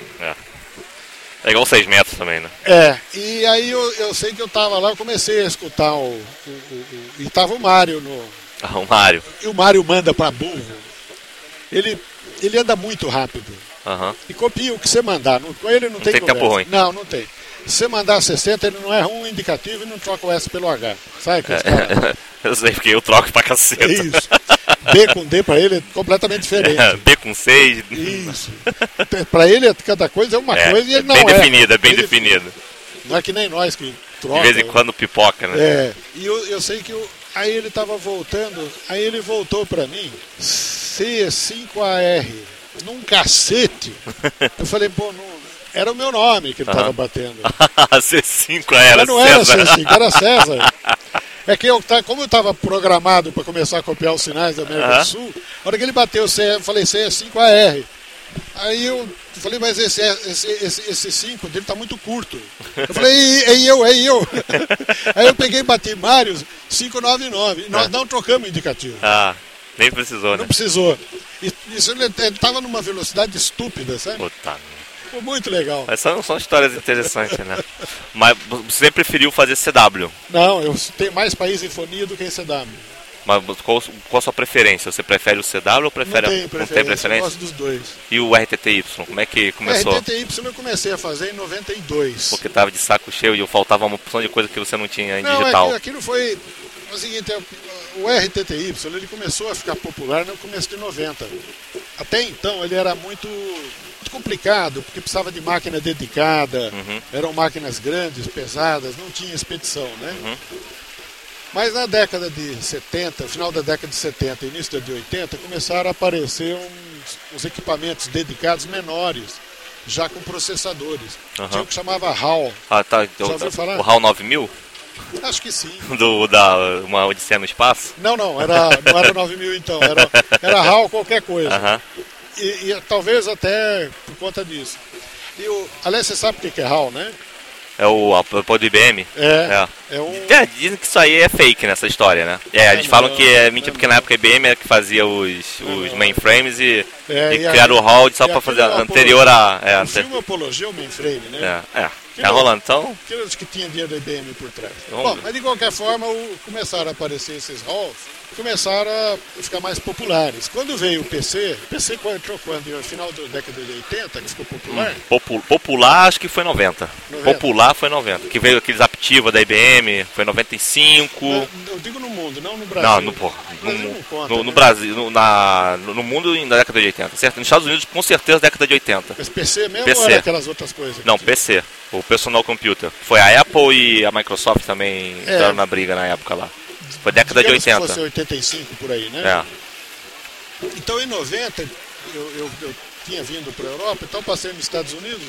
É igual 6 metros também, né? É, e aí eu, eu sei que eu tava lá, eu comecei a escutar o. o- o- o- e tava o Mário no, Ah, o Mário. e o Mário manda para burro, ele, ele anda muito rápido. Aham. E copia o que você mandar. Não, com ele não, tem, tem tempo conversa. ruim. Não, não tem. Se você mandar 60, ele não erra um indicativo e não troca o S pelo H. Sabe que os caras- eu sei, porque eu troco pra caceta. É isso. B com D para ele é completamente É, diferente. B com 6. Isso. Para ele, cada coisa é uma É, coisa e é ele não bem erra. definido, é bem Ele- definido. Não é que nem nós que De troca. vez em quando pipoca, né? É, e eu, eu sei que o- aí ele tava voltando, aí ele voltou pra mim, C5AR, num cacete. Eu falei, pô, não, era o meu nome que ele tava batendo. C5 era, Mas não era César. C5, era César. É que eu, tá- como eu tava programado pra começar a copiar os sinais da América Aham. do Sul, na hora que ele bateu, C, eu falei é C5AR. Aí eu falei, mas esse, é, esse, esse, esse 5 dele tá muito curto. Eu falei, ei, ei, eu, ei, eu. Aí eu peguei e bati Mário 599. Nós não trocamos indicativo. É. Ah, nem precisou, né? Não precisou. E- Isso ele, ele tava numa velocidade estúpida, sabe? Puta. Ficou muito legal. Mas são, são histórias interessantes, né? Mas você preferiu fazer CW. Não, eu tenho mais país em fonia do que em CW. Mas qual, qual a sua preferência? Você prefere o CW ou prefere não tem não preferência, tem eu preferência? gosto dos dois. E o RTTY? Como é que começou? RTTY eu comecei a fazer em 92. Porque tava de saco cheio e faltava uma opção de coisa que você não tinha em Não, é digital. aquilo, aquilo foi o seguinte, é, o RTTY ele começou a ficar popular no começo de 90. Até então ele era muito, muito complicado, porque precisava de máquina dedicada, Uhum. eram máquinas grandes, pesadas, não tinha expedição, né? Uhum. Mas na década de 70, final da década de 70 início da de 80, começaram a aparecer uns, uns equipamentos dedicados menores, já com processadores. Uhum. Tinha o que chamava HAL, Ah, tá. então, Já ouviu falar? o HAL 9000? acho que sim. Do, da Uma Odisseia no Espaço? Não, não, era, não era 9 mil então, era, era HAL qualquer coisa. Aham. E, e talvez até por conta disso. E o, aliás, você sabe o que que é HAL, né? É o apoio do IBM? É, É. é, um. É, dizem que isso aí é fake nessa história, né? É, eles não, falam que é mentira não. porque na época a IBM era que fazia os, os mainframes e, É, e e aí- criaram o HAL só e pra aquilo fazer é uma anterior a. É, O ante- filme Apologia ao mainframe, né? é, é. Que Tá não. rolando, então. Aqueles que tinha dinheiro da IBM por trás. Vamos Bom, ver. mas de qualquer forma, o- começaram a aparecer esses halls, começaram a ficar mais populares. Quando veio o PC, o PC quando- entrou quando? No final da década de 80, que ficou popular. Popu- Popular acho que foi 90. 90. Popular foi 90. Que veio aqueles Aptiva da IBM, foi 95. Eu, eu digo no mundo, não no Brasil. Hum. Não, no, porra, No no, Brasil mu- não conta, no- no né? Brasil, no, na, no no mundo na década de 80, certo? Nos Estados Unidos, com certeza, década de 80. Mas PC mesmo PC. ou era aquelas outras coisas? Não, PC, o Personal Computer. Foi a Apple e a Microsoft também entraram na briga na época lá. Foi década de É. Digamos que 80. fosse 85 por aí, né? É. Então em 90 eu, eu, eu tinha vindo para a Europa, então passei nos Estados Unidos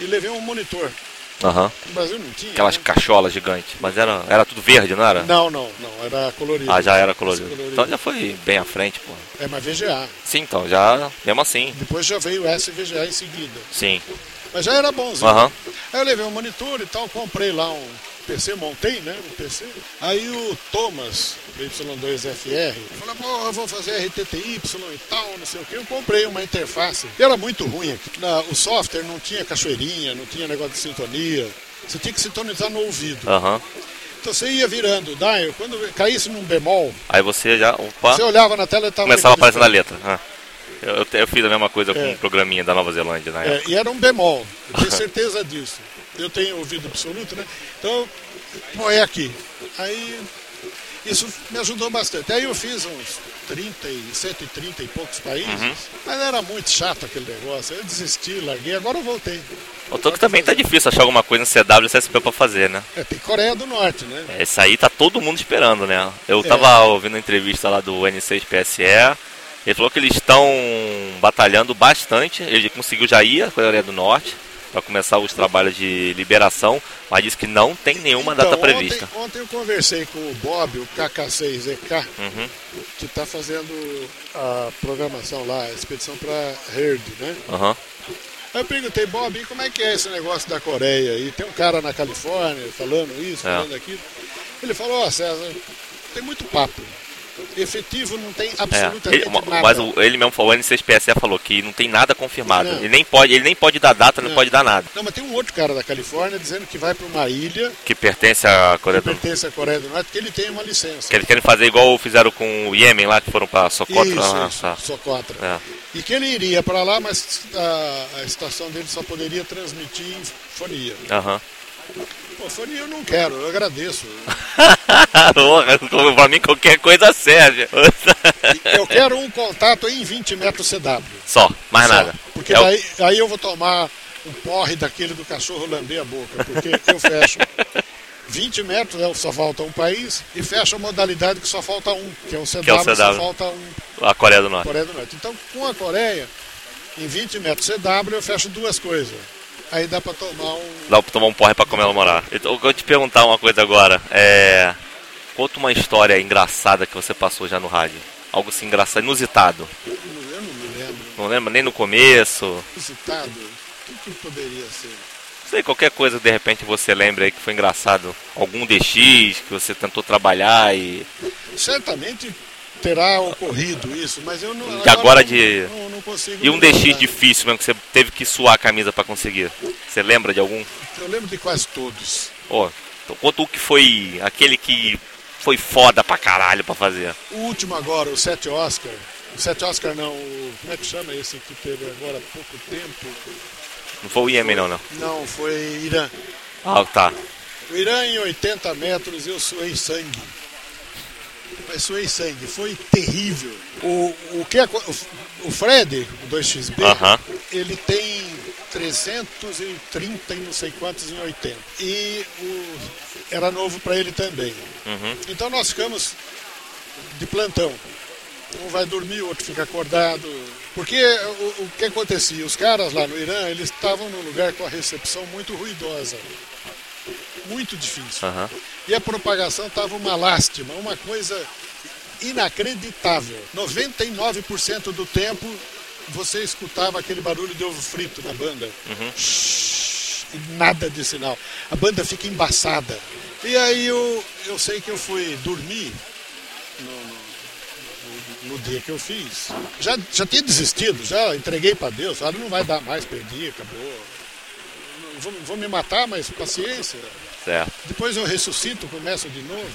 e levei um monitor. Aham. No Brasil não tinha. Aquelas né? cacholas gigantes. Mas era, era tudo verde, não era? Não, não, não, era colorido. Ah, já era colorido. Colorido. Então já foi bem à frente, pô. É, mas VGA. Sim, então, já. Mesmo assim. Depois já veio o SVGA em seguida. Sim. Mas já era bonzinho. Aham. Aí eu levei um monitor e tal, comprei lá um PC, montei, né? Um PC. Aí o Thomas, Y2FR, falou, pô, eu vou fazer RTTY e tal, não sei o quê. Eu comprei uma interface. E era muito ruim. aqui. Na- o software não tinha cachoeirinha, não tinha negócio de sintonia. Você tinha que sintonizar no ouvido. Aham. Então você ia virando o dial, quando caísse num bemol, Aí você já. Opa. você olhava na tela e estava... Tá. Começava aparecendo a letra. Ah. Eu, eu te- eu fiz a mesma coisa com É. um programinha da Nova Zelândia na época. É, e era um bemol, eu tenho certeza disso. Eu tenho ouvido absoluto, né? Então, pô, é aqui. Aí Isso me ajudou bastante. Aí eu fiz uns 30 e 130 e poucos países, Uhum. mas era muito chato aquele negócio. Eu desisti, larguei, agora eu voltei. O tanto que também tá difícil achar alguma coisa no CW e CSP pra fazer, né? É, tem Coreia do Norte, né? É, Isso aí tá todo mundo esperando, né? Eu É. tava ouvindo a entrevista lá do N6PSE, ele falou que eles estão batalhando bastante, ele conseguiu já ir à Coreia do Norte para começar os trabalhos de liberação, mas disse que não tem nenhuma Então, data ontem- prevista. Ontem, eu conversei com o Bob, o KK6EK, Uhum. que está fazendo a programação lá, a expedição para Herd, né? Aham. Aí eu perguntei, Bob, e como é que é esse negócio da Coreia? E tem um cara na Califórnia falando isso, É. falando aquilo. Ele falou, ó César, tem muito papo. Efetivo não tem É, absolutamente ele, nada. mas o- ele mesmo falou, o N6PSE falou que não tem nada confirmado. Não. Ele nem pode, ele nem pode dar data, não, Não. pode dar nada. Não, mas tem um outro cara da Califórnia dizendo que vai para uma ilha Que pertence à Coreia que do Norte. pertence à Coreia do Norte, porque ele tem uma licença. Que eles querem fazer igual fizeram com o Iêmen lá, que foram pra Socotra. Isso, lá, isso, tá. Socotra. É. E que ele iria para lá, mas a, a estação dele só poderia transmitir em fonia. Aham. Pô, fonia eu não quero, eu agradeço. Ah, Porra, como pra mim qualquer coisa serve. E eu quero um contato em 20 metros CW. Só, mais só. nada. Porque É o- daí, aí eu vou tomar um porre daquele do cachorro lamber a boca, porque eu fecho. 20 metros, né, só falta um país, e fecha a modalidade que só falta um, que é o CW, Que é o Ah. só CW. falta um a Coreia do Norte. Coreia do Norte. Então, com a Coreia, em 20 metros CW, eu fecho duas coisas. Aí dá para tomar um. Dá pra tomar um porre pra comemorar. Então, Eu vou te perguntar uma coisa agora. É. Conta uma história engraçada que você passou já no rádio. Algo assim engraçado, inusitado. Eu não me lembro. Não lembra nem no começo. Não Visitado? O que, que poderia ser? sei, qualquer coisa que de repente você lembra aí que foi engraçado. Algum DX que você tentou trabalhar e. Certamente terá ocorrido isso, mas eu não. E agora eu de- Não, não consigo. E um me DX lembrar. difícil mesmo que você teve que suar a camisa pra conseguir. Você lembra de algum? Eu lembro de quase todos. Ó, então conta o que foi aquele que foi foda pra caralho pra fazer. O último agora, o Sete Oscar. O Sete Oscar não, o, como é que chama esse que teve agora há pouco tempo? Não foi o Iêmen não, não. Não, foi Irã. Ah, tá. O Irã em 80 metros, eu suei sangue. Mas suei sangue, foi terrível. O, o, que, aco- o- o Fred, o 2xB, Aham. ele tem 330 e não sei quantos em 80. E o- era novo para ele também. Então nós ficamos de plantão. Um vai dormir, o outro fica acordado. Porque o, o que acontecia? Os caras lá no Irã, eles estavam num lugar com a recepção muito ruidosa. Muito difícil. Aham. E a propagação estava uma lástima, uma coisa inacreditável. 99% do tempo você escutava aquele barulho de ovo frito na banda. Shhh, e nada de sinal. A banda fica embaçada. E aí eu, eu sei que eu fui dormir no, no- no- no dia que eu fiz. Já, já tinha desistido, já entreguei para Deus. Falei, não vai dar mais, perdi, acabou. Não, Vou, vou me matar, mas paciência. Certo. Depois eu ressuscito, começo de novo.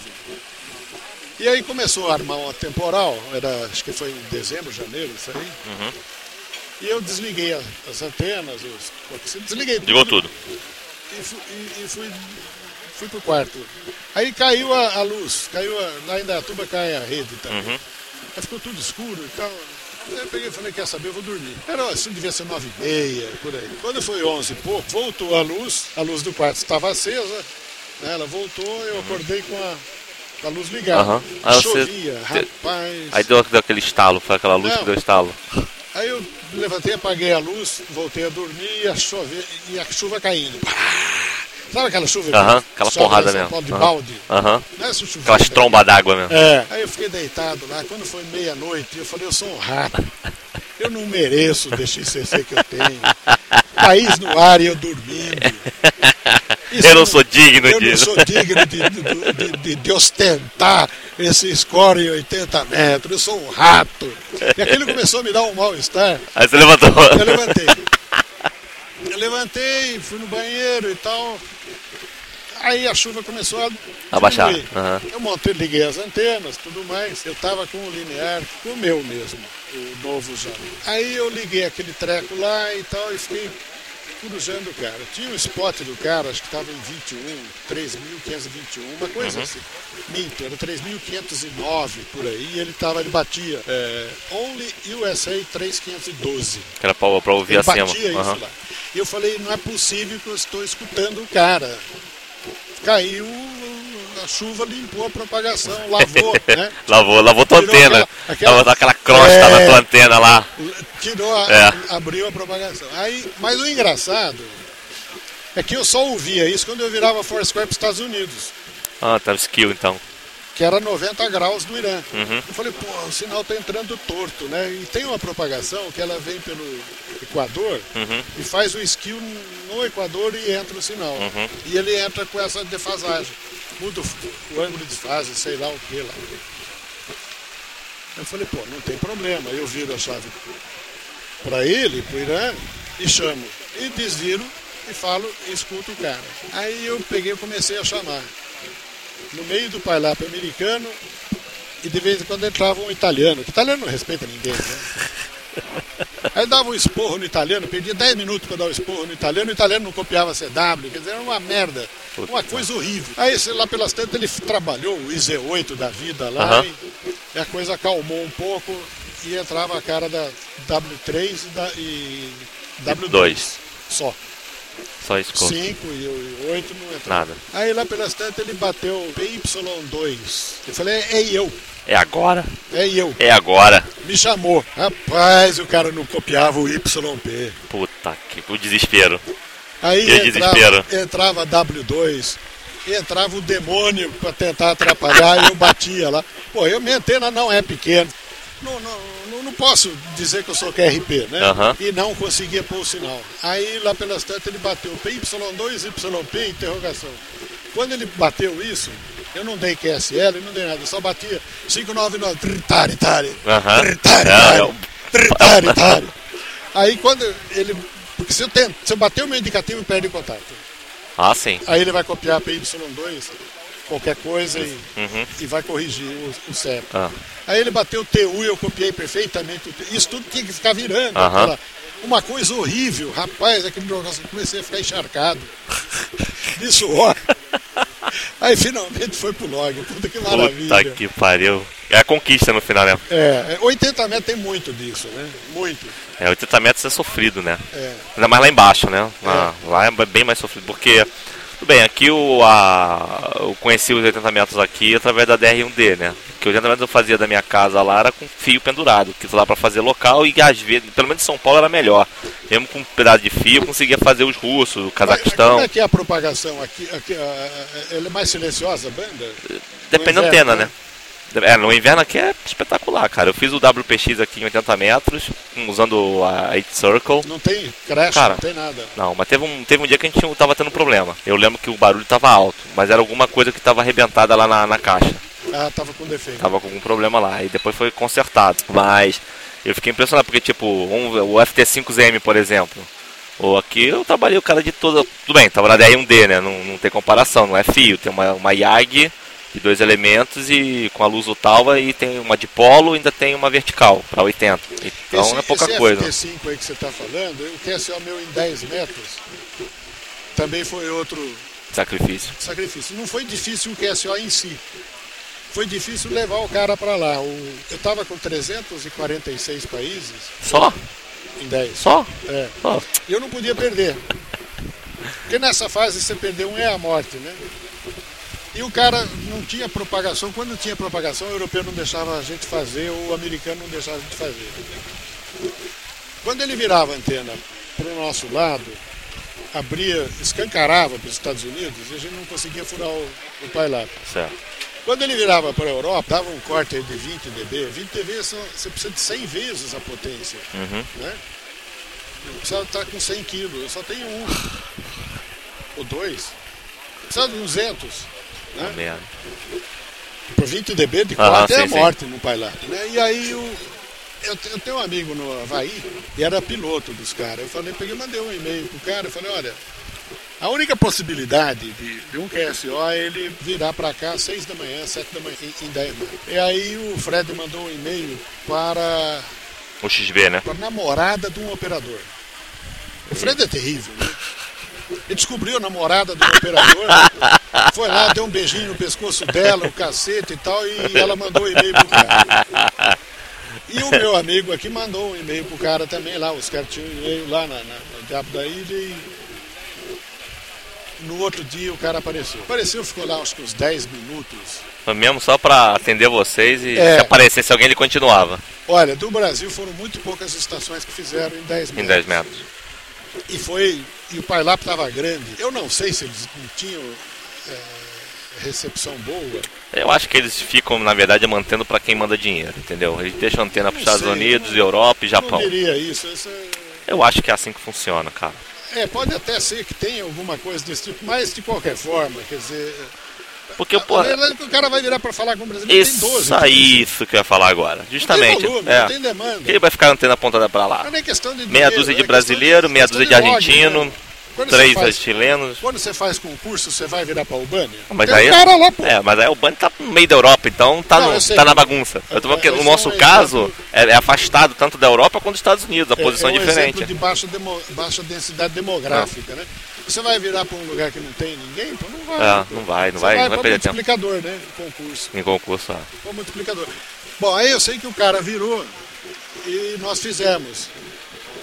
E aí começou a armar uma temporal, era, acho que foi em dezembro, janeiro, isso aí. E eu desliguei a- as antenas, os, desliguei tudo, Ligou tudo. E, fu- e- e fui, fui pro quarto. Aí caiu a, a luz, caiu a, lá em Datuba cai a rede também. Uhum. Aí ficou tudo escuro e tal. Aí eu peguei e falei, quer saber, eu vou dormir. Era assim, devia ser nove e meia, por aí. Quando foi onze e pouco, voltou a luz, a luz do quarto estava acesa, né, ela voltou, eu acordei com a, com a luz ligada. Aham. Aí você- Chovia, rapaz. Aí deu, deu aquele estalo, foi aquela luz Não. que deu estalo. Aí eu levantei, apaguei a luz, voltei a dormir e a, chover, e a chuva caindo. Pá! Sabe aquela chuva? que Aham, aquela sobe porrada em mesmo. São Paulo de Aham. balde. Aham. Não é essa chuva. Aquelas trombas d'água mesmo. É. Aí eu fiquei deitado lá. Quando foi meia-noite, eu falei, eu sou um rato. Eu não mereço o DXCC que eu tenho. País no ar e eu dormindo. Isso Eu não sou digno eu disso. não sou digno de, de, de- de- de ostentar esse score em 80 metros. Eu sou um rato. E aquilo começou a me dar um mal-estar. Aí você levantou. Eu levantei. Eu levantei, fui no banheiro e tal. Aí a chuva começou a Abaixar, diminuir. aham. Eu montei, liguei as antenas, tudo mais. Eu tava com o linear, com o meu mesmo, o novo já. Aí eu liguei aquele treco lá e tal e fiquei cruzando o cara. Tinha um spot do cara, acho que estava em 21, 3.521, uma coisa Uhum. assim. Minto, era 3.509 por aí, ele tava, ele batia é, Only USA 3.512. Que era pra, pra ouvir Ele assim, batia mano. isso Aham. lá. E eu falei, não é possível que eu estou escutando o cara. Caiu, a chuva limpou a propagação, lavou, né? Lavou, lavou tua Tirou antena. aquela- aquela- Lavou aquela crosta É. na tua antena lá. Tirou, a- É. abriu a propagação. Aí, mas o engraçado é que eu só ouvia isso quando eu virava Foursquare para os Estados Unidos, Ah, tava skill então. que era 90 graus do Irã. Eu falei, pô, o sinal tá entrando torto, né? E tem uma propagação que ela vem pelo Equador e faz o skill no Equador e entra o sinal. E ele entra com essa defasagem. Muda o, o ângulo de fase, sei lá o que lá. Eu falei, pô, não tem problema. Eu viro a chave para ele, pro Irã, e chamo. E desviro e falo, e escuto o cara. Aí eu peguei e comecei a chamar. No meio do pailapo americano, e de vez em quando entrava um italiano, que italiano não respeita ninguém, né? Aí dava um esporro no italiano, perdia 10 minutos para dar um esporro no italiano, o italiano não copiava CW, quer dizer, era uma merda, uma coisa horrível. Aí, sei lá, pelas tantas, ele trabalhou o IZ8 da vida lá, Aham. e, e a coisa acalmou um pouco, e entrava a cara da W3 e, da, e W2 Dois. só. Só isso. pô. 5 e 8 não entrava. Nada. Aí lá pelas tantas ele bateu PY2. Eu falei, é eu, É agora. é eu. É agora. Me chamou. Rapaz, o cara não copiava o YP. Puta que. O desespero. Aí E o entrava, desespero? entrava W2, entrava o demônio pra tentar atrapalhar e eu batia lá. Pô, eu, minha antena não é pequena. Não, não, não, não posso dizer que eu sou QRP, né? Aham. E não conseguia pôr o sinal. Aí lá pelas tantas ele bateu PY2, YP, interrogação. Quando ele bateu isso, eu não dei QSL, não dei nada, eu só batia 599, tritari, tari, Aham. tritari, tari, É, é um- Tritari, tari. Aí quando ele. Porque se eu, tento, se eu bater o meu indicativo, perde o contato. Ah, sim. Aí ele vai copiar PY2, qualquer coisa, e, Uhum. e vai corrigir o, o CEP. Ah. Aí ele bateu o TU e eu copiei perfeitamente. o T U. Isso tudo tinha que ficar virando. Aham. aquela- uma coisa horrível. Rapaz, aquele negócio eu comecei a ficar encharcado. De suor. Aí finalmente foi pro log. Puta que maravilha. Puta que pariu. É a conquista no final, né? É, 80 metros tem muito disso, né? Muito. É, 80 metros é sofrido, né? É. Ainda mais lá embaixo, né? Lá lá é bem mais sofrido, porque. Tudo bem, aqui o, a, eu conheci os 80 metros aqui através da DR1D, né? Que os 80 metros eu fazia da minha casa lá era com fio pendurado, que lá pra fazer local e às vezes, pelo menos em São Paulo era melhor. Mesmo com um pedaço de fio, eu conseguia fazer os russos, o Mas Como Cazaquistão, é que é a propagação aqui? aqui a- a- ela é mais silenciosa a banda? depende da inverno, antena, né? É, no inverno aqui é espetacular, cara. Eu fiz o WPX aqui em 80 metros, usando a 8 Circle. Não tem crash, Cara. não tem nada. Não, mas teve um, teve um dia que a gente tava tendo problema. Eu lembro que o barulho tava alto, mas era alguma coisa que tava arrebentada lá na, na caixa. Ah, tava com defeito. Tava com algum problema lá, e depois foi consertado. Mas eu fiquei impressionado, porque tipo, um- o FT5ZM, por exemplo. Ou aqui eu trabalhei o cara de toda. Tudo bem, tava na DR1D, né? Não, não tem comparação, não é fio. Tem uma, uma YAG de dois elementos e com a luz otalva e tem uma dipolo e ainda tem uma vertical pra 80. Então esse, é pouca esse coisa. FT5 aí que você tá falando, o QSO meu em 10 metros também foi outro Sacrifício. sacrifício. Não foi difícil um o QSO em si. Foi difícil levar o cara para lá. O- eu tava com 346 países Só? em 10. Só? É. Só. E eu não podia perder. Porque nessa fase você perder um é a morte, né? E o cara não tinha propagação. Quando tinha propagação, o europeu não deixava a gente fazer, ou o americano não deixava a gente fazer. Quando ele virava a antena para o nosso lado, abria, escancarava para os Estados Unidos e a gente não conseguia furar o, o pai lá. Certo. Quando ele virava para a Europa, dava um corte aí de 20 dB. 20 dB são, você precisa de 100 vezes a potência. Né? Eu precisava estar com 100 quilos, eu só tenho um. Ou dois. Precisava de 200. Ah, merda. Por 20 dB de Aham, corte é a sim, sim. morte no Pailado. Né? E aí o- eu, te- eu tenho um amigo no Havaí e era piloto dos caras. Eu falei, peguei, mandei um e-mail pro cara, eu falei, olha, a única possibilidade de, de um QSO é ele virar para cá às 6 da manhã, 7 da manhã, em, em 10 manhã. E aí o Fred mandou um e-mail para O XB, né? com a namorada de um operador. O Fred é terrível, né? Ele descobriu a namorada do operador, foi lá, deu um beijinho no pescoço dela, o cacete e tal, e ela mandou um e-mail pro cara. E o meu amigo aqui mandou um e-mail pro cara também lá, os caras tinham um e-mail lá na, na, no Diabo da Ilha e no outro dia o cara apareceu. Apareceu, ficou lá acho que uns 10 minutos. Foi mesmo só pra atender vocês e É. se aparecesse alguém ele continuava Olha, do Brasil foram muito poucas estações que fizeram em 10 em minutos. 10 metros. E foi. E o Parlap estava grande. Eu não sei se eles não tinham é, recepção boa. Eu acho que eles ficam, na verdade, mantendo pra quem manda dinheiro, entendeu? Eles deixam antena pros Não Estados sei, Unidos, não- Europa e Japão. Não diria isso. isso é- Eu acho que é assim que funciona, cara. é, pode até ser que tenha alguma coisa desse tipo, mas de qualquer forma, quer dizer. Porque, a pô, verdade é que o cara vai virar para falar com o brasileiro, tem 12. isso é isso que eu ia falar agora. Justamente. Não tem volume, é. não tem demanda. Ele vai ficar antena apontada pra lá. Mas não é questão de Meia dinheiro, dúzia é de questão brasileiro, meia questão dúzia de log, argentino, né? Quando você três faz- chilenos. Quando você faz concurso, você vai virar pra Albânia? Mas Tem aí, um cara lá, pô. é, mas aí o Band tá no meio da Europa, então tá, Não, no- eu sei. tá na bagunça. Eu tô falando que Esse no é nosso um caso exemplo- é, é afastado tanto da Europa quanto dos Estados Unidos, a posição é, é é um diferente. exemplo de baixa, demo- baixa densidade demográfica, né? Você vai virar pra um lugar que não tem ninguém? Pô, não vai. É, pô. não vai, não Você vai, não vai pra perder tempo multiplicador, né? Concurso, em concurso. ah. pra multiplicador. Bom, aí eu sei que o cara virou e nós fizemos.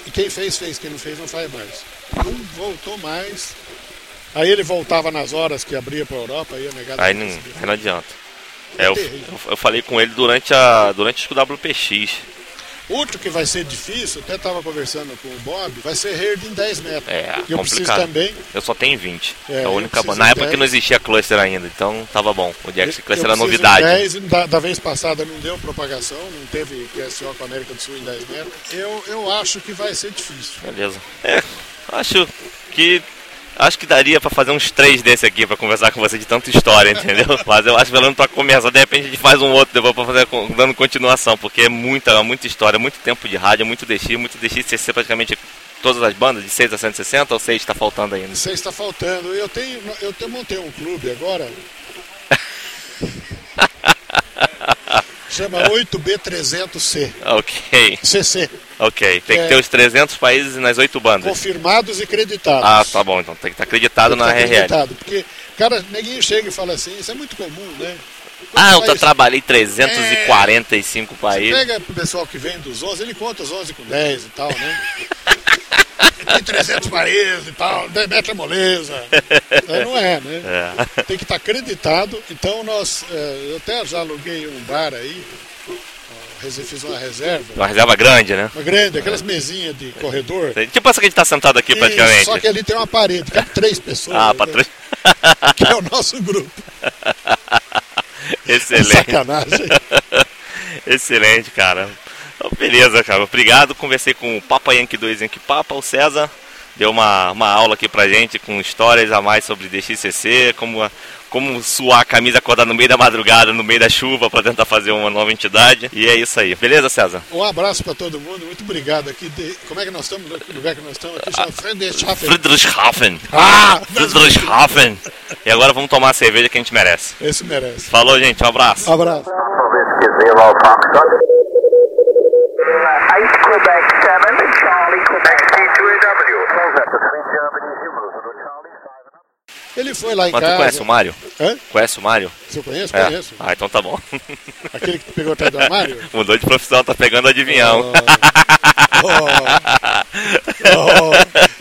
E quem fez, fez. Quem não fez, não faz mais. Não voltou mais. Aí ele voltava nas horas que abria pra Europa, aí a negada... Aí não, recebia. aí não adianta. É, eu, tá terrível. eu- eu falei com ele durante, a, durante o WPX. Outro que vai ser difícil, até estava conversando com o Bob, vai ser herd em 10 metros. É, eu preciso complicado. também. Eu só tenho 20. É, É a eu única preciso Na de época que 10. não existia cluster ainda, então tava bom. O DX Cluster era eu preciso em novidade. 10, e da, da vez passada não deu propagação, não teve QSO com a América do Sul em 10 metros. Eu, eu acho que vai ser difícil. Beleza. É, acho que. Acho que daria pra fazer uns três desse aqui pra conversar com você de tanta história, entendeu? Mas eu acho que pelo menos pra começar, de repente a gente faz um outro depois pra fazer con- dando continuação, porque é muita, muita história, muito tempo de rádio, é muito DX, muito DXCC praticamente todas as bandas, de 6 a 160 ou 6 tá faltando ainda. Você está faltando. Eu tenho, eu te- montei um clube agora. Chama 8B300C. Ok, CC. ok. Tem que É. ter os 300 países nas 8 bandas. Confirmados e creditados. Ah, tá bom, então tem que estar acreditado na Tá RRL. acreditado, Porque, cara, ninguém chega e fala assim, isso é muito comum, né? Ah, eu Mas- trabalhei 345 Você países. pega o pessoal que vem dos 11, ele conta os 11 com 10 e tal, né? Tem 300 países e tal, 10 metros é moleza. É, não é, né? É. Tem que estar acreditado. Então, nós, eh, eu até já aluguei um bar aí, ó, rese- fiz uma reserva, Uma reserva grande, né? uma grande, aquelas mesinhas de corredor. Tipo essa que a gente tá sentado aqui E- praticamente. só que ali tem uma parede, cabe três pessoas. Ah, né? patrão. Que é o nosso grupo. Excelente. Sacanagem. Excelente, cara. Então, beleza, cara. Obrigado. Conversei com o Papa Yankee 2 Yankee Papa, o César. Deu uma, uma aula aqui pra gente com histórias a mais sobre DXCC, como, a- como suar a camisa, acordar no meio da madrugada, no meio da chuva, pra tentar fazer uma nova entidade. E é isso aí. Beleza, César? Um abraço para todo mundo, muito obrigado aqui. de- Como é que nós estamos? No lugar que nós estamos aqui Ah, chama Friedrichshafen. Friedrichshafen. Ah! Friedrichshafen. E agora vamos tomar a cerveja que a gente merece. Esse merece. Falou, gente. Um abraço. Abraço. Alpha Whiskey Zero Foxtrot. Uh, 8 Quebec 7, Charlie Quebec C2AW. Novak to three Japanese U-boats to Charlie five and up. Ele foi lá em Mas tu casa. conhece o Mário? Hã? Conhece o Mário? Se eu conheço, É. conheço. Ah, então tá bom. Aquele que pegou atrás do armário? Mudou de profissão, tá pegando adivinhão. Oh. Oh.